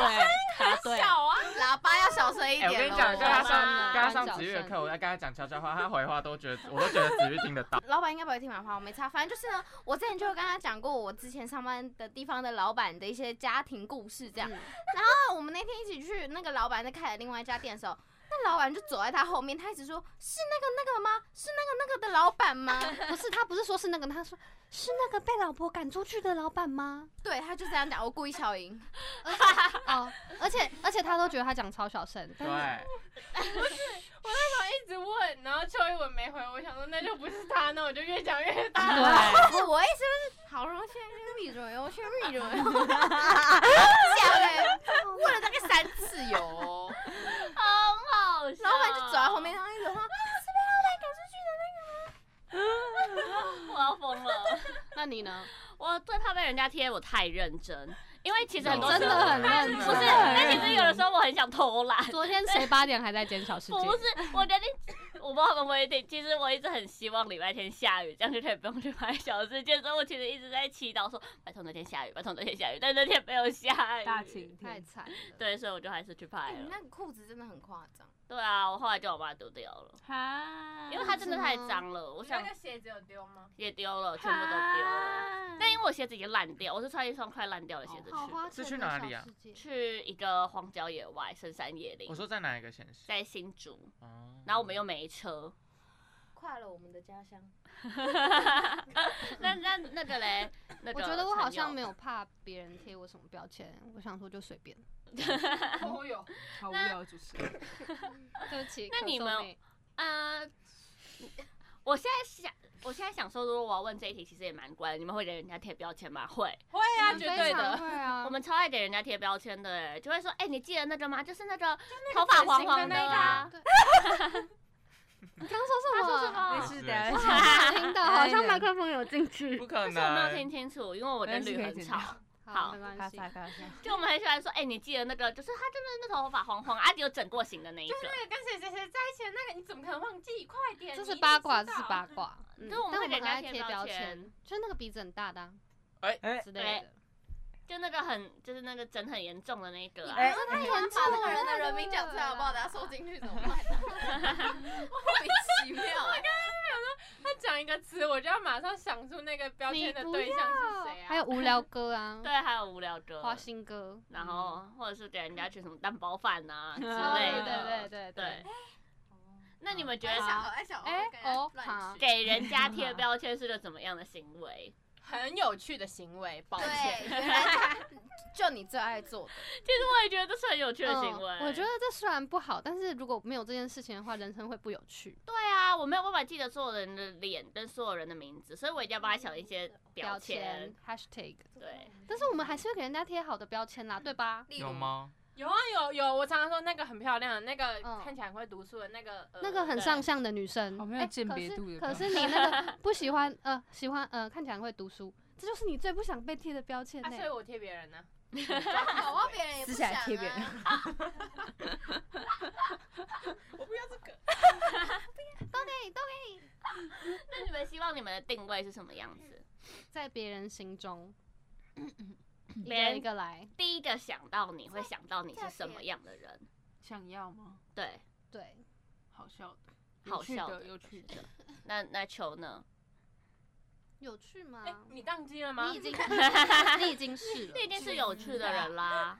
[SPEAKER 10] 答对，
[SPEAKER 7] 小啊，
[SPEAKER 6] 喇叭要小声一
[SPEAKER 8] 哎，我
[SPEAKER 6] 点、哦。
[SPEAKER 8] 跟你讲，跟他
[SPEAKER 5] 好吧
[SPEAKER 8] 上跟他
[SPEAKER 5] 安
[SPEAKER 8] 上
[SPEAKER 5] 小
[SPEAKER 8] 子玉的
[SPEAKER 5] 胜
[SPEAKER 8] 课，我在跟他讲悄悄话，他回话都觉得， 我都觉得子玉听得到。
[SPEAKER 6] 老板应该不会听马话，我没差。反正就是呢，我之前就有跟他讲过我之前上班的地方的老板的一些家庭故事这样。
[SPEAKER 5] 嗯
[SPEAKER 6] 那我们那天一起去那个老板在开的另外一家店的时候，那老板就走在他后面，他一直说是那个那个吗？是那个那个的老板吗？
[SPEAKER 5] 不是，他不是说是那个，他说是那个被老婆赶出去的老板吗？
[SPEAKER 6] 对，他就这样讲，我故意笑 赢。
[SPEAKER 5] 哦，而且而且他都觉得他讲超小声，但是
[SPEAKER 8] 对，
[SPEAKER 7] 一直问，然后邱一文没回，我想说那就不是他，那我就越讲越大。
[SPEAKER 6] 我我意思就是，好容易去密种油，去密种油，讲哎，问了大概三次有。
[SPEAKER 4] 很好笑。
[SPEAKER 6] 老板就走在后面，然后一直说
[SPEAKER 4] 我要疯了。
[SPEAKER 5] 那你呢？
[SPEAKER 4] 我最怕被人家贴我太认真，因为其实很多时
[SPEAKER 5] 真
[SPEAKER 4] 候
[SPEAKER 5] 的很认真
[SPEAKER 4] 不是，但其实有的时候我很想偷懒。
[SPEAKER 5] 昨天谁八点还在检小世界？
[SPEAKER 4] 不是，我决定，我不知道他们会定。其实我一直很希望礼拜天下雨，这样就可以不用去拍小世界。所以我其实一直在祈祷说，拜托那天下雨，拜托那天下雨，但那天没有下雨。
[SPEAKER 9] 大晴
[SPEAKER 5] 太
[SPEAKER 9] 天，
[SPEAKER 5] 惨了。
[SPEAKER 4] 对，所以我就还是去拍
[SPEAKER 6] 哎你
[SPEAKER 4] 了。
[SPEAKER 6] 那个裤子真的很夸张。
[SPEAKER 4] 对啊，我后来就我妈丢掉了，
[SPEAKER 5] 啊
[SPEAKER 10] 哈
[SPEAKER 4] 因为它真的太脏了，我
[SPEAKER 7] 我
[SPEAKER 4] 想
[SPEAKER 7] 那个鞋子有丢吗？
[SPEAKER 4] 也丢了，全部都丢了。但因为我鞋子已经烂掉，我是穿一双快烂掉的鞋子
[SPEAKER 5] 啊哦好
[SPEAKER 4] 去
[SPEAKER 5] 花
[SPEAKER 4] 的。
[SPEAKER 5] 钱
[SPEAKER 8] 是去哪里啊
[SPEAKER 5] 的小世界？
[SPEAKER 4] 去一个荒郊野外、深山野林
[SPEAKER 8] 我，说在哪一个县市？
[SPEAKER 4] 在新竹，
[SPEAKER 8] 哦
[SPEAKER 4] 然后我们又没车，
[SPEAKER 6] 快了我们的家乡，
[SPEAKER 4] 那那那个 嘞，那个
[SPEAKER 5] 嗯我觉得我好像没
[SPEAKER 4] 有。
[SPEAKER 5] 有怕别人贴我什么标签，我想说就随便。
[SPEAKER 7] 哦 有，
[SPEAKER 9] 好无聊的主持人。
[SPEAKER 5] 对不起，
[SPEAKER 4] 那你
[SPEAKER 5] 咳嗽
[SPEAKER 4] 们
[SPEAKER 5] 妹
[SPEAKER 4] 呃，我现在想，我现在想说，如果我要问这一题，其实也蛮怪的。你们会给人家贴标签吗？会，
[SPEAKER 7] 会啊，
[SPEAKER 5] 你
[SPEAKER 7] 绝
[SPEAKER 5] 非
[SPEAKER 7] 对
[SPEAKER 5] 常
[SPEAKER 7] 的。
[SPEAKER 5] 会啊，
[SPEAKER 4] 我们超爱给人家贴标签的，哎，就会说，哎、你记得那个吗？就是那个头发黄黄
[SPEAKER 7] 那一
[SPEAKER 4] 啊
[SPEAKER 7] 张。
[SPEAKER 5] 对你刚
[SPEAKER 4] 他
[SPEAKER 5] 刚说
[SPEAKER 4] 说
[SPEAKER 5] 什
[SPEAKER 4] 什
[SPEAKER 5] 么？哎
[SPEAKER 4] 么？
[SPEAKER 9] 没
[SPEAKER 7] 啊
[SPEAKER 9] 事，等下
[SPEAKER 5] 好像没有听到，好像麦克风有进去。
[SPEAKER 8] 不可
[SPEAKER 4] 但是我没有
[SPEAKER 8] 能
[SPEAKER 4] 听，清楚，因为我的
[SPEAKER 9] 没关系
[SPEAKER 4] 驴
[SPEAKER 9] 可以
[SPEAKER 4] 很
[SPEAKER 9] 剪
[SPEAKER 4] 吵
[SPEAKER 9] 掉。
[SPEAKER 4] 好
[SPEAKER 5] 没
[SPEAKER 9] 咔
[SPEAKER 5] 关系。
[SPEAKER 9] 嚓咔嚓。
[SPEAKER 4] 就我们很喜欢说，哎、你记得那个，就是他真的那头发黄黄啊，有整过型的那一个。
[SPEAKER 7] 就是那个跟谁谁谁在一起的那个，你怎么可能忘记？快点！
[SPEAKER 5] 这
[SPEAKER 7] 你
[SPEAKER 5] 是
[SPEAKER 7] 一定
[SPEAKER 5] 八卦，
[SPEAKER 7] 知
[SPEAKER 5] 这是
[SPEAKER 7] 道
[SPEAKER 5] 八卦。嗯
[SPEAKER 4] 就我们
[SPEAKER 5] 但
[SPEAKER 4] 会
[SPEAKER 5] 我
[SPEAKER 4] 给
[SPEAKER 5] 们
[SPEAKER 4] 人家
[SPEAKER 5] 还
[SPEAKER 4] 贴
[SPEAKER 5] 贴
[SPEAKER 4] 标
[SPEAKER 5] 标
[SPEAKER 4] 签
[SPEAKER 5] 签，就是那个鼻子很大的啊
[SPEAKER 8] 哎
[SPEAKER 9] 哎
[SPEAKER 5] 之类的。
[SPEAKER 4] 就那个很，就是那个整很严重的那个、啊。
[SPEAKER 9] 哎，
[SPEAKER 5] 哦
[SPEAKER 6] 他也能把那啊个人的人名讲
[SPEAKER 5] 啊
[SPEAKER 6] 出来，好不 好？等下收进去怎么办？莫名其 妙。
[SPEAKER 7] 他讲一个词，我就要马上想出那个标
[SPEAKER 5] 你
[SPEAKER 7] 签的
[SPEAKER 5] 不
[SPEAKER 7] 对象是谁啊？
[SPEAKER 5] 还有无聊哥 啊，
[SPEAKER 4] 对，还有无聊哥，
[SPEAKER 5] 花心哥
[SPEAKER 4] 然后或者是给人家去什么蛋包饭呐、之
[SPEAKER 5] 哦
[SPEAKER 4] 类
[SPEAKER 5] 对
[SPEAKER 4] 的。
[SPEAKER 5] 对对对
[SPEAKER 4] 对。那你们觉
[SPEAKER 6] 哎，
[SPEAKER 4] 得
[SPEAKER 6] 小
[SPEAKER 4] 想
[SPEAKER 6] 猴，哎，小猴，
[SPEAKER 5] 哎
[SPEAKER 6] 跟人家
[SPEAKER 5] 哦
[SPEAKER 6] 乱
[SPEAKER 5] 好
[SPEAKER 6] 取
[SPEAKER 4] 给人家贴标签是个怎么样的行为？
[SPEAKER 7] 很有趣的行为，抱歉。
[SPEAKER 6] 对，原来就你最爱做的。
[SPEAKER 4] 其实我也觉得这是很有趣的
[SPEAKER 5] 嗯
[SPEAKER 4] 行为。
[SPEAKER 5] 我觉得这虽然不好，但是如果没有这件事情的话，人生会不有 趣。
[SPEAKER 4] 对啊，我没有办法记得所有人的脸跟所有人的名字，所以我一定要帮他想一些标签。
[SPEAKER 5] hashtag，
[SPEAKER 4] 对，
[SPEAKER 5] 但是我们还是会给人家贴好的标签啦，对吧？
[SPEAKER 6] 例如
[SPEAKER 8] 有？吗？
[SPEAKER 7] 有啊有有，我常常说那个很漂亮的，那个
[SPEAKER 5] 嗯
[SPEAKER 7] 看起来很会读书的那个，呃
[SPEAKER 5] 那个很上相的女生，
[SPEAKER 9] 好没有
[SPEAKER 5] 哎
[SPEAKER 9] 鉴别度的
[SPEAKER 5] 可是
[SPEAKER 9] 标
[SPEAKER 5] 可是你那个不喜欢，呃，喜欢，呃，看起来很会读书，这就是你最不想被贴的标签
[SPEAKER 7] 对啊，
[SPEAKER 5] 呢
[SPEAKER 7] 所以。我贴别人呢。
[SPEAKER 6] 搞忘别人也不
[SPEAKER 9] 撕
[SPEAKER 6] 想
[SPEAKER 9] 下
[SPEAKER 6] 啊
[SPEAKER 9] 来贴别人。
[SPEAKER 4] 那你们希望你们的定位是什么样子？
[SPEAKER 5] 在别人心 中，一
[SPEAKER 4] 别
[SPEAKER 5] 个
[SPEAKER 4] 人
[SPEAKER 5] 一个来，
[SPEAKER 4] 第一个想到你会想到你是什么样的人？
[SPEAKER 9] 想要吗？
[SPEAKER 4] 对，
[SPEAKER 5] 对，
[SPEAKER 9] 好笑的，
[SPEAKER 4] 好笑
[SPEAKER 9] 的，
[SPEAKER 4] 的。
[SPEAKER 9] 有趣的。
[SPEAKER 4] 那那球呢？
[SPEAKER 5] 有趣吗
[SPEAKER 7] 哎？，你宕机了吗
[SPEAKER 5] 你已？经，你已经是了
[SPEAKER 4] 那一，定是有趣的人啦。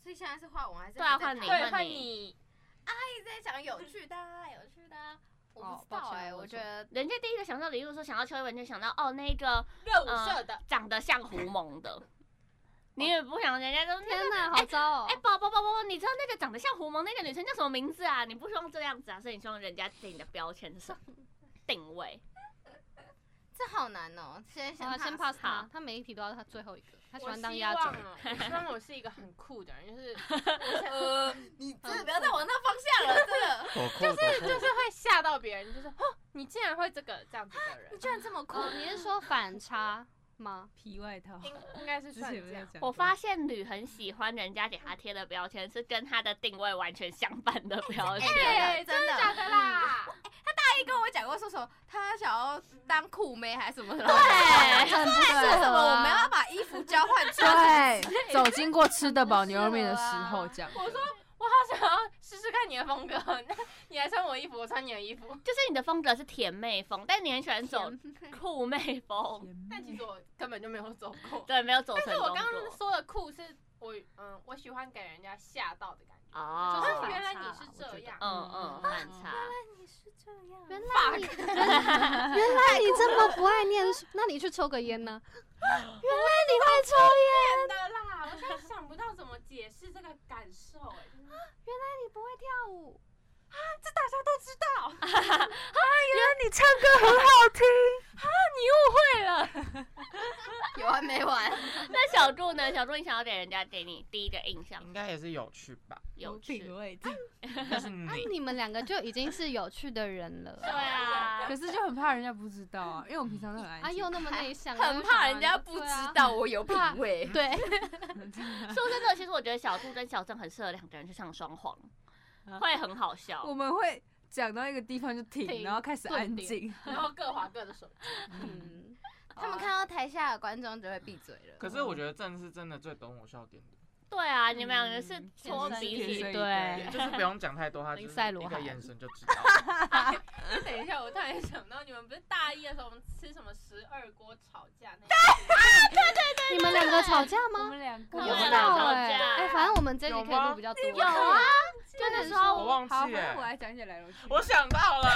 [SPEAKER 6] 所以现在是换我还是？
[SPEAKER 4] 对啊换你
[SPEAKER 7] 对，换
[SPEAKER 4] 换
[SPEAKER 7] 你。
[SPEAKER 6] 一直在讲有趣的啊，有趣的啊。我不
[SPEAKER 5] 哦
[SPEAKER 6] 知
[SPEAKER 5] 抱
[SPEAKER 6] 道
[SPEAKER 5] 歉
[SPEAKER 6] 哎，
[SPEAKER 5] 我
[SPEAKER 6] 我
[SPEAKER 5] 错
[SPEAKER 6] 觉得
[SPEAKER 4] 人家第一个想到的，例如说想到邱一文，就想到哦那个
[SPEAKER 7] 热舞社的，
[SPEAKER 4] 长得像胡蒙的，你也不想人家都
[SPEAKER 5] 天哪，好糟哦
[SPEAKER 4] 哎，！宝宝宝宝，你知道那个长得像狐獴那个女生叫什么名字啊？你不希望这样子啊，所以你希望人家给你的标签是什么定位？
[SPEAKER 6] 这好难哦。先
[SPEAKER 5] 好啊，
[SPEAKER 6] 先
[SPEAKER 5] 先
[SPEAKER 6] pass
[SPEAKER 5] pass 他，他每一题都要他最后一个，他喜
[SPEAKER 7] 我
[SPEAKER 5] 欢当
[SPEAKER 7] 希
[SPEAKER 5] 压
[SPEAKER 7] 望
[SPEAKER 5] 轴。
[SPEAKER 6] 啊
[SPEAKER 7] 哦，我希望我是一个很酷的人，就是
[SPEAKER 6] 呃，你真的不要再往那方向了，这个
[SPEAKER 8] 躲酷躲
[SPEAKER 7] 就
[SPEAKER 8] 酷
[SPEAKER 7] 是会吓到别人，就是哦，你竟然会这个这样子的 人
[SPEAKER 6] 你，居然这么 酷，
[SPEAKER 5] 哦，你是说反差吗？
[SPEAKER 10] 皮外套。
[SPEAKER 7] 应应该是
[SPEAKER 10] 之
[SPEAKER 7] 算
[SPEAKER 10] 前有
[SPEAKER 7] 这
[SPEAKER 10] 没有
[SPEAKER 7] 样。
[SPEAKER 10] 讲过？
[SPEAKER 4] 我 发现吕很喜欢人家给他贴的标签是跟他的定位完全相反的标签。
[SPEAKER 6] 哎，真的哎
[SPEAKER 7] 假的啦，
[SPEAKER 6] 他一跟我讲过说什么，他想要当酷妹还是什么的，
[SPEAKER 4] 对，
[SPEAKER 5] 很不
[SPEAKER 6] 为
[SPEAKER 5] 适
[SPEAKER 6] 什
[SPEAKER 5] 合
[SPEAKER 6] 么我
[SPEAKER 5] 啊
[SPEAKER 6] 们要把衣服交换穿？
[SPEAKER 9] 对，走经过吃得饱牛肉面的 时候
[SPEAKER 10] 很
[SPEAKER 9] 这样。
[SPEAKER 7] 我说我好想要试试看你的风格，那你来穿我衣服，我穿你的衣服。
[SPEAKER 4] 就是你的风格是甜妹风，但你很喜欢走酷妹风，
[SPEAKER 7] 但其实我根本就没有走 过。
[SPEAKER 4] 对，没有走
[SPEAKER 7] 但
[SPEAKER 4] 成
[SPEAKER 7] 是我
[SPEAKER 4] 功
[SPEAKER 7] 刚刚
[SPEAKER 4] 过。
[SPEAKER 7] 说的酷是我嗯，我喜欢给人家吓到的感觉。
[SPEAKER 4] 哦
[SPEAKER 7] 就是
[SPEAKER 10] 反
[SPEAKER 7] 原来
[SPEAKER 10] 差
[SPEAKER 7] 你
[SPEAKER 10] 啦
[SPEAKER 7] 是
[SPEAKER 10] 我
[SPEAKER 7] 这
[SPEAKER 10] 觉得
[SPEAKER 7] 样，
[SPEAKER 4] 嗯嗯，反差。
[SPEAKER 6] 你是这样
[SPEAKER 5] 原来你原来 原来你这么不爱念书，那你去抽个烟 呢？
[SPEAKER 7] 真的啦，我现在想不到怎么解释这个感受、哎，
[SPEAKER 5] 你不会跳舞，
[SPEAKER 7] 这大家都知道。
[SPEAKER 6] 有完没完？
[SPEAKER 4] 那小猪呢？小猪，你想要给人家给你第一个印象
[SPEAKER 8] 应该也是有趣吧？
[SPEAKER 4] 有
[SPEAKER 10] 品
[SPEAKER 4] 趣？
[SPEAKER 10] 味这
[SPEAKER 8] 那是你
[SPEAKER 5] 那 你们两个就已经是有趣的人了。
[SPEAKER 4] 对啊
[SPEAKER 9] 可，是就很怕人家不知道啊，因为我们平常
[SPEAKER 4] 嗯
[SPEAKER 9] 都很安
[SPEAKER 5] 啊，
[SPEAKER 9] 静。
[SPEAKER 5] 又那么内向，
[SPEAKER 6] 很怕人家不知道我有品味。
[SPEAKER 5] 对啊。
[SPEAKER 4] 说真的，其实我觉得小猪跟小郑很适合两个人去唱双簧，
[SPEAKER 10] 啊
[SPEAKER 4] 会很好笑。
[SPEAKER 9] 我们会讲到一个地方就停，
[SPEAKER 5] 停
[SPEAKER 9] 然后开始 安静。
[SPEAKER 4] 嗯
[SPEAKER 7] 然后各划各的手机，
[SPEAKER 5] 对，嗯，
[SPEAKER 6] 他们看到台下的观众就会闭嘴了。
[SPEAKER 8] 可是我觉得正是真的最懂我笑点的，
[SPEAKER 4] 对啊，你们两个是
[SPEAKER 10] 嗯
[SPEAKER 4] 搓
[SPEAKER 10] 天生
[SPEAKER 4] 鼻
[SPEAKER 10] 天
[SPEAKER 4] 涕
[SPEAKER 10] 生，
[SPEAKER 5] 对，
[SPEAKER 8] 就是不用讲太多，他就
[SPEAKER 5] 林
[SPEAKER 8] 是
[SPEAKER 5] 赛罗
[SPEAKER 8] 一个
[SPEAKER 5] 海
[SPEAKER 8] 眼神就知道。
[SPEAKER 7] 哎等一下，我突然想到，你们不是大一的时候，我们吃什么十二锅吵架那一次？
[SPEAKER 5] 你们两个吵架
[SPEAKER 10] 我
[SPEAKER 5] 吗？
[SPEAKER 10] 们两
[SPEAKER 5] 我
[SPEAKER 10] 个
[SPEAKER 5] 不
[SPEAKER 4] 有
[SPEAKER 5] 知
[SPEAKER 4] 吵
[SPEAKER 5] 道
[SPEAKER 4] 架
[SPEAKER 5] 哎，
[SPEAKER 6] 啊
[SPEAKER 5] 哎，反正我们这集可以录比较多。有啊，就
[SPEAKER 4] 那
[SPEAKER 5] 能
[SPEAKER 4] 时候
[SPEAKER 8] 我
[SPEAKER 5] 说
[SPEAKER 8] 忘
[SPEAKER 9] 好，
[SPEAKER 8] 记耶，
[SPEAKER 9] 我来讲解来龙去
[SPEAKER 8] 我想到了，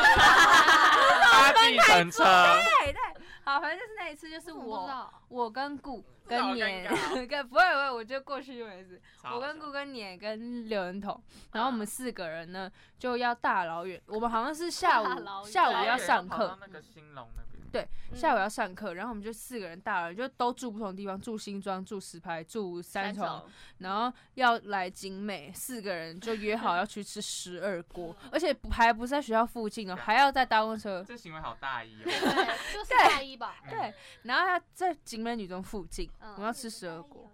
[SPEAKER 8] 搭计程车，
[SPEAKER 9] 对对，好，反正就是那一次，就是
[SPEAKER 5] 我怎么不知
[SPEAKER 9] 我
[SPEAKER 5] 道
[SPEAKER 9] 我跟顾
[SPEAKER 8] 这好尴
[SPEAKER 9] 跟年
[SPEAKER 8] 尬
[SPEAKER 9] 跟不会不会，我觉得过去永远是
[SPEAKER 8] 超好
[SPEAKER 9] 我跟
[SPEAKER 8] 笑
[SPEAKER 9] 顾跟年跟刘仁彤，然后
[SPEAKER 5] 啊
[SPEAKER 9] 我们四个人呢就要大老远，我们好像是下
[SPEAKER 5] 大老
[SPEAKER 9] 午
[SPEAKER 5] 远
[SPEAKER 9] 下午
[SPEAKER 8] 我
[SPEAKER 9] 要上
[SPEAKER 8] 跑到
[SPEAKER 9] 课，
[SPEAKER 8] 那个兴隆那边，
[SPEAKER 9] 下午要上课，然后我们就四个人大老远就都住不同地方，住新庄、住石牌、住三重，
[SPEAKER 4] 种
[SPEAKER 9] 然后要来景美，四个人就约好要去吃十二 锅，而且不还不是在学校附近哦，
[SPEAKER 8] 啊
[SPEAKER 9] 还要再搭公车，
[SPEAKER 8] 这行为好大意 哦。
[SPEAKER 5] 对，就是大一吧。
[SPEAKER 8] 嗯
[SPEAKER 9] 对，然后要在景美女中附近，
[SPEAKER 5] 嗯
[SPEAKER 9] 我们要吃十二锅，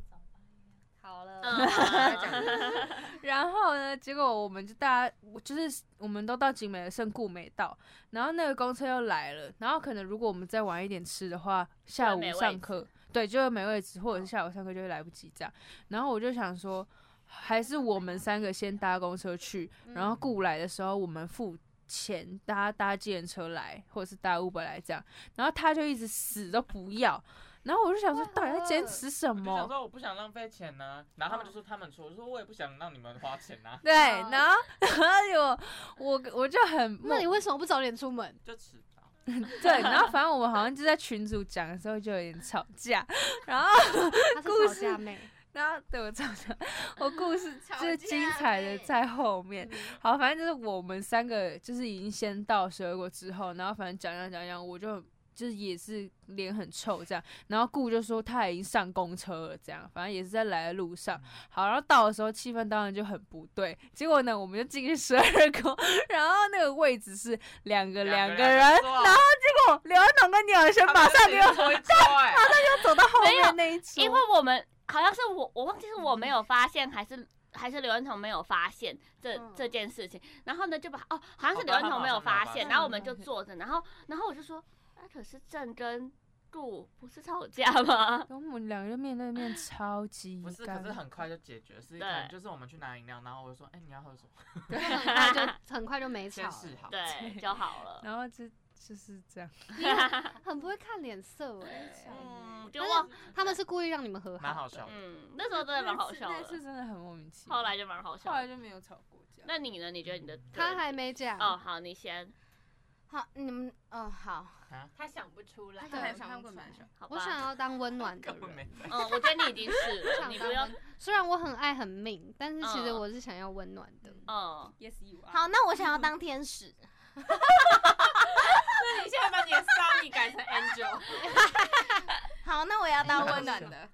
[SPEAKER 5] 好了，
[SPEAKER 4] 嗯，
[SPEAKER 9] 然后呢，结果我们就大家我就是我们都到景美了，剩顾没到，然后那个公车又来了，然后可能如果我们再晚一点吃的话，下午
[SPEAKER 4] 没位
[SPEAKER 9] 上
[SPEAKER 4] 置
[SPEAKER 9] 课对就会没位置，或者是下午上课就会来不及这样，然后我就想说。还是我们三个先搭公车去，然后顾来的时候我们付钱搭搭计程车来，或者是搭 Uber 来这样，然后他就一直死都不要，然后我就想说到底在坚持什
[SPEAKER 8] 我就想
[SPEAKER 9] 么？嗯
[SPEAKER 8] 说我不想浪费钱呢、然后他们就说他们出，我说我也不想让你们花钱呐、
[SPEAKER 9] 对，然后 然后我我我就很
[SPEAKER 5] 那你为什么不早点出 门？
[SPEAKER 8] 就迟到。
[SPEAKER 9] 对，然后反正我们好像就在群组讲的时候就有点吵架，然后
[SPEAKER 5] 她是吵架 妹，
[SPEAKER 9] 然后对我吵架，我故事
[SPEAKER 6] 吵
[SPEAKER 9] 就是
[SPEAKER 6] 架
[SPEAKER 9] 精彩的
[SPEAKER 6] 妹
[SPEAKER 9] 在后面
[SPEAKER 5] 嗯。
[SPEAKER 9] 好，反正就是我们三个就是已经先到十二国之后，然后反正讲讲讲讲，我就就是也是脸很臭这样，然后顾就说他已经上公车了这样，反正也是在来的路上。好，然后到的时候气氛当然就很不对，结果呢我们就进去十二宫， 然后那个位置是两个两个人，
[SPEAKER 8] 然后
[SPEAKER 9] 结果刘安彤跟鸟轩马上 就
[SPEAKER 8] 搓一搓、哎，
[SPEAKER 9] 走到后
[SPEAKER 4] 没有
[SPEAKER 9] 面那一桌，
[SPEAKER 4] 因为我们好像是我，我忘记是我没有发现，还是还是刘恩彤没有发现这
[SPEAKER 5] 嗯
[SPEAKER 4] 这件事情。然后呢，就把哦，好像
[SPEAKER 8] 哦
[SPEAKER 4] 是刘恩彤没有发
[SPEAKER 8] 他好像
[SPEAKER 4] 现，
[SPEAKER 8] 没有发现
[SPEAKER 4] 然后我们就坐着，然后然后我就说，啊，可是郑跟顾不是吵架吗？
[SPEAKER 9] 然后我们两个人面对面超级
[SPEAKER 8] 不是，
[SPEAKER 9] 尴
[SPEAKER 8] 可是
[SPEAKER 9] 尬
[SPEAKER 8] 很快就解决，是
[SPEAKER 4] 对
[SPEAKER 8] 可能就是我们去拿饮料，然后我就说，哎、你要喝什么？
[SPEAKER 5] 然后很快就很快就没吵
[SPEAKER 8] 先
[SPEAKER 5] 了，
[SPEAKER 8] 试好。
[SPEAKER 4] 对，就好 了。
[SPEAKER 9] 然后就就是这样，
[SPEAKER 5] 很不会看脸色哎。
[SPEAKER 4] 嗯，就忘，
[SPEAKER 5] 他们是故意让你们和
[SPEAKER 8] 蛮
[SPEAKER 5] 好，
[SPEAKER 8] 好笑的。
[SPEAKER 4] 嗯，那时候真的蛮好笑
[SPEAKER 9] 那一次那一
[SPEAKER 4] 的
[SPEAKER 9] 次，真的很莫名其妙。
[SPEAKER 4] 后来就蛮好笑
[SPEAKER 9] 后来
[SPEAKER 4] 的。
[SPEAKER 9] 就没有吵过架。
[SPEAKER 4] 那你呢？你觉得你的
[SPEAKER 5] 他还没讲。
[SPEAKER 4] 哦，好，你先。
[SPEAKER 6] 好，你们哦好，
[SPEAKER 7] 他想不出来，
[SPEAKER 6] 他想不出来，
[SPEAKER 4] 好吧
[SPEAKER 5] 我想要当温暖的人。
[SPEAKER 4] 嗯，我觉得你已经是
[SPEAKER 5] 我
[SPEAKER 4] 了，
[SPEAKER 5] 想
[SPEAKER 4] 你不
[SPEAKER 5] 当
[SPEAKER 4] 用
[SPEAKER 5] 温，虽然我很爱很命，但是其实
[SPEAKER 4] 嗯
[SPEAKER 5] 我是想要温暖的。
[SPEAKER 4] 嗯，
[SPEAKER 10] Yes you are。
[SPEAKER 6] 好，那我想要当天使，
[SPEAKER 7] 那你现在把你的 Sunny 改成 Angel，
[SPEAKER 6] 好，那我也要当温暖 的，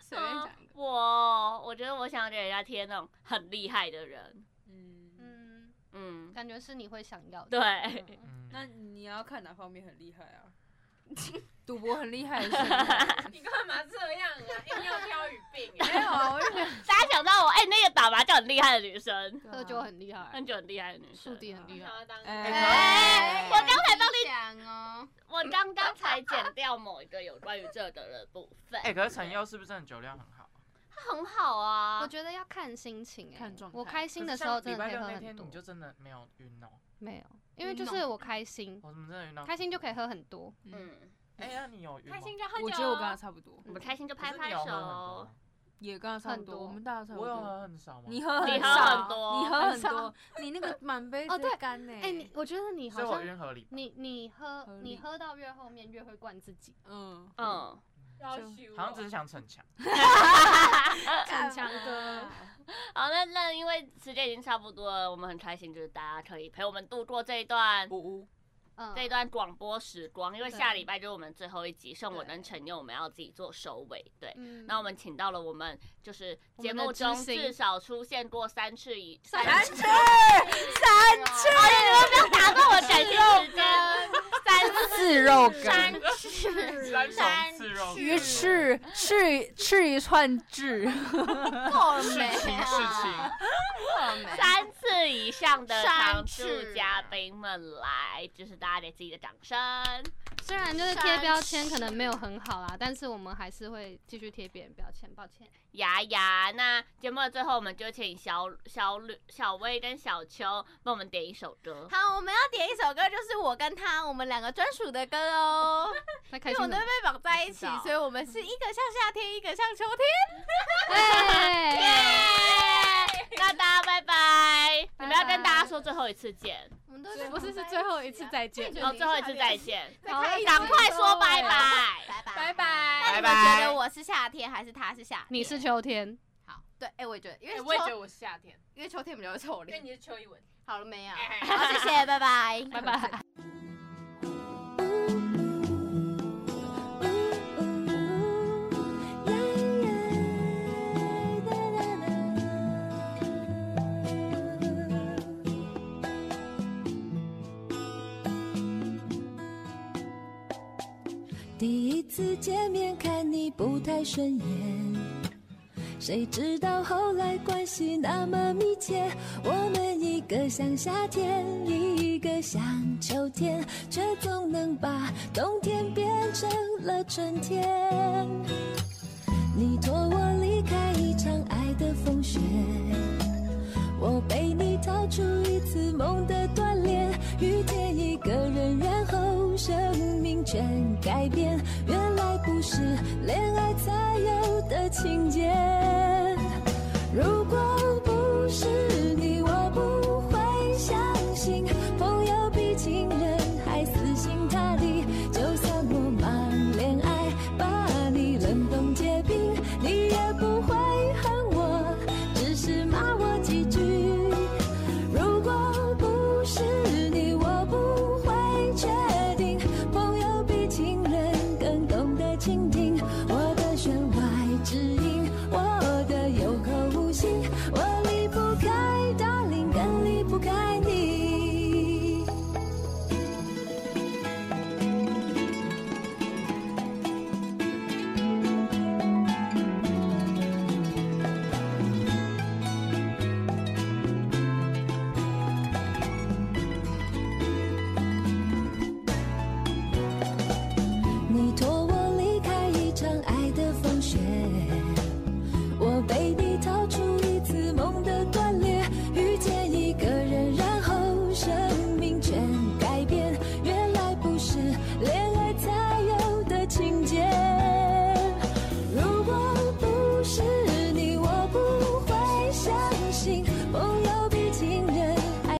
[SPEAKER 10] 随便讲一个。
[SPEAKER 4] 我我觉得我想要给人家贴那种很厉害的人，
[SPEAKER 10] 嗯，
[SPEAKER 5] 嗯，
[SPEAKER 4] 嗯，
[SPEAKER 5] 感觉是你会想要的。
[SPEAKER 4] 对
[SPEAKER 5] 嗯，
[SPEAKER 9] 那
[SPEAKER 8] 嗯，
[SPEAKER 9] 你要看哪方面很厉害啊？ 赌博很厉害 是吗
[SPEAKER 7] 你干嘛这样啊？硬要挑语病欸，
[SPEAKER 9] 没有啊，我就觉得
[SPEAKER 4] 大家想到我，哎、那个打麻将很厉害的女生，
[SPEAKER 8] 啊
[SPEAKER 5] 喝酒很厉害
[SPEAKER 4] 很，
[SPEAKER 8] 嗯
[SPEAKER 4] 久很厉害的女
[SPEAKER 5] 树
[SPEAKER 4] 生，
[SPEAKER 5] 敌很
[SPEAKER 7] 我
[SPEAKER 5] 厉
[SPEAKER 7] 想
[SPEAKER 5] 害。
[SPEAKER 7] 要当
[SPEAKER 9] 哎
[SPEAKER 4] 我刚才帮
[SPEAKER 6] 你讲哦，
[SPEAKER 4] 我刚刚才剪掉某一个有关于这个的部分。
[SPEAKER 8] 哎，可是陈佑是不是真的酒量很好？
[SPEAKER 4] 他很好啊，
[SPEAKER 5] 我觉得要看心情哎、
[SPEAKER 9] 看状态
[SPEAKER 5] 我开心的时候真的
[SPEAKER 8] 可
[SPEAKER 5] 可以
[SPEAKER 8] 是像
[SPEAKER 5] 喝
[SPEAKER 8] 礼拜六那
[SPEAKER 5] 很
[SPEAKER 8] 天
[SPEAKER 5] 多
[SPEAKER 8] 你，就真的没有晕哦，
[SPEAKER 5] 没有，因为
[SPEAKER 9] 嗯
[SPEAKER 5] 就是我开心，
[SPEAKER 8] 我怎么真的晕到？
[SPEAKER 4] 哦
[SPEAKER 5] 开心就可以。喝很多。
[SPEAKER 4] 嗯，
[SPEAKER 8] 哎，那你有晕吗？
[SPEAKER 7] 开心就喝酒，
[SPEAKER 9] 哎我觉得我跟他差不多，
[SPEAKER 4] 我们开心就
[SPEAKER 8] 可
[SPEAKER 4] 拍
[SPEAKER 8] 是你
[SPEAKER 4] 拍
[SPEAKER 8] 有喝很
[SPEAKER 4] 手
[SPEAKER 8] 多，
[SPEAKER 9] 也跟他差不
[SPEAKER 5] 很
[SPEAKER 9] 多，
[SPEAKER 5] 多
[SPEAKER 9] 我们大家差
[SPEAKER 8] 吗，
[SPEAKER 9] 不
[SPEAKER 8] 我有啊
[SPEAKER 9] 多。
[SPEAKER 8] 喝很少吗？
[SPEAKER 9] 你喝
[SPEAKER 4] 你
[SPEAKER 9] 很
[SPEAKER 4] 喝很
[SPEAKER 9] 少，
[SPEAKER 4] 多，
[SPEAKER 9] 你喝很
[SPEAKER 5] 少
[SPEAKER 9] 多，你那个满杯
[SPEAKER 5] 哦
[SPEAKER 9] 直
[SPEAKER 5] 对
[SPEAKER 9] 接干呢。
[SPEAKER 5] 哎、你我觉得你
[SPEAKER 8] 所
[SPEAKER 5] 好
[SPEAKER 8] 以我
[SPEAKER 5] 像
[SPEAKER 8] 晕合理吧。
[SPEAKER 5] 你你喝
[SPEAKER 9] 合理
[SPEAKER 5] 你喝到越后面越会灌自己，
[SPEAKER 9] 嗯，
[SPEAKER 4] 嗯，
[SPEAKER 7] 要
[SPEAKER 9] 就
[SPEAKER 7] 羞
[SPEAKER 8] 好像只是想逞强。
[SPEAKER 10] 逞强哥，
[SPEAKER 4] 好，那那因为时间已经差不多了，我们很开心，就是大家可以陪我们度过这一段
[SPEAKER 9] 呜
[SPEAKER 5] 嗯，
[SPEAKER 4] 这一段广播时光，因为下
[SPEAKER 5] 对
[SPEAKER 4] 礼拜就是我们最后一集，剩我跟陈佑我们要自己做收尾，对。
[SPEAKER 5] 嗯
[SPEAKER 4] 那我们请到了我们就是
[SPEAKER 5] 我
[SPEAKER 4] 节
[SPEAKER 5] 们的
[SPEAKER 4] 目
[SPEAKER 5] 知
[SPEAKER 4] 中
[SPEAKER 5] 心
[SPEAKER 4] 至少出现过三次以
[SPEAKER 5] 三
[SPEAKER 4] 次，
[SPEAKER 5] 哎
[SPEAKER 4] 不要打断我感情时间，三
[SPEAKER 9] 自肉
[SPEAKER 4] 三
[SPEAKER 9] 羹，
[SPEAKER 4] 次，
[SPEAKER 8] 三手
[SPEAKER 4] 三
[SPEAKER 8] 刺肉羹，
[SPEAKER 9] 鱼翅翅翅一 串痣，
[SPEAKER 6] 够了
[SPEAKER 8] 事
[SPEAKER 6] 没
[SPEAKER 8] 情事情
[SPEAKER 6] 啊？，够了没？
[SPEAKER 4] 三次以上的常
[SPEAKER 6] 三
[SPEAKER 4] 驻
[SPEAKER 6] 次
[SPEAKER 4] 嘉宾们来，就是大家给自己的掌声。
[SPEAKER 5] 虽然就是贴
[SPEAKER 6] 山
[SPEAKER 5] 标签可能没有很好啦，但是我们还是会继续贴别人标签，抱歉。
[SPEAKER 4] 雅雅，那节目的最后，我们就请小小吕、小薇跟小秋帮我们点一首歌。
[SPEAKER 6] 好，我们要点一首歌，就是我跟他我们两个专属的歌 哦，
[SPEAKER 5] 那
[SPEAKER 6] 因
[SPEAKER 5] 开
[SPEAKER 6] 为
[SPEAKER 5] 心
[SPEAKER 6] 我
[SPEAKER 5] 什
[SPEAKER 6] 们
[SPEAKER 5] 么？
[SPEAKER 6] 都被绑在一起
[SPEAKER 4] 我知，道
[SPEAKER 6] 所以我们是一个像夏天，一个像秋天。
[SPEAKER 5] 哎，
[SPEAKER 4] 那大家拜拜，你
[SPEAKER 5] 拜
[SPEAKER 4] 们要跟大家
[SPEAKER 5] 拜
[SPEAKER 4] 说最后一次见，
[SPEAKER 6] 我们都
[SPEAKER 5] 不是是最后一次再见，
[SPEAKER 4] 哦，最后一次再见，
[SPEAKER 5] 好
[SPEAKER 6] 哦再开一
[SPEAKER 4] 赶
[SPEAKER 6] 集
[SPEAKER 4] 快说拜拜。
[SPEAKER 6] 拜拜
[SPEAKER 7] 拜。拜。
[SPEAKER 6] 那你们觉得我是夏天还是他是夏天？
[SPEAKER 5] 你是秋天，
[SPEAKER 6] 好，对，哎，我也觉得，因为
[SPEAKER 7] 哎我也觉得
[SPEAKER 6] 秋，
[SPEAKER 7] 我是夏天，
[SPEAKER 6] 因为秋天比较臭
[SPEAKER 7] 因为
[SPEAKER 6] 脸。
[SPEAKER 7] 你是邱一文。
[SPEAKER 6] 好了没有？好，谢谢，拜拜。
[SPEAKER 5] 拜拜。
[SPEAKER 11] 第一次见面看你不太顺眼，谁知道后来关系那么密切，我们一个像夏天，一个像秋天，却总能把冬天变成了春天。你托我离开一场爱的风雪，我被你逃出一次梦的锻炼，遇见一个人，然后生命全改变。原来不是恋爱才有的情节。